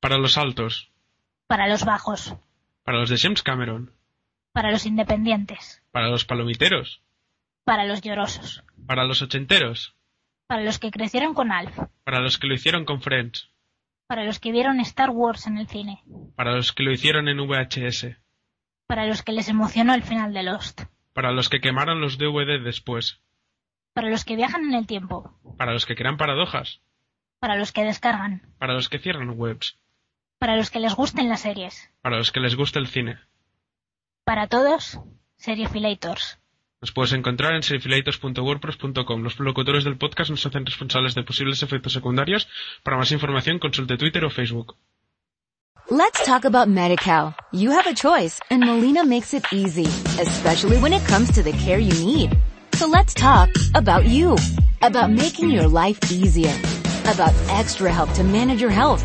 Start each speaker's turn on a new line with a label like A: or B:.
A: Para los altos.
B: Para los bajos.
A: Para los de James Cameron.
B: Para los independientes.
A: Para los palomiteros.
B: Para los llorosos.
A: Para los ochenteros.
B: Para los que crecieron con Alf.
A: Para los que lo hicieron con Friends.
B: Para los que vieron Star Wars en el cine.
A: Para los que lo hicieron en VHS.
B: Para los que les emocionó el final de Lost.
A: Para los que quemaron los DVD después.
B: Para los que viajan en el tiempo.
A: Para los que crean paradojas.
B: Para los que descargan.
A: Para los que cierran webs.
B: Para los que les gusten las series.
A: Para los que les gusta el cine.
B: Para todos, Seriefilators.
A: Nos puedes encontrar en seriefilators.wordpress.com. Los locutores del podcast nos hacen responsables de posibles efectos secundarios. Para más información, consulte Twitter o Facebook.
C: Let's talk about MediCal. You have a choice and Molina makes it easy, especially when it comes to the care you need. So let's talk about you, about making your life easier, about extra help to manage your health.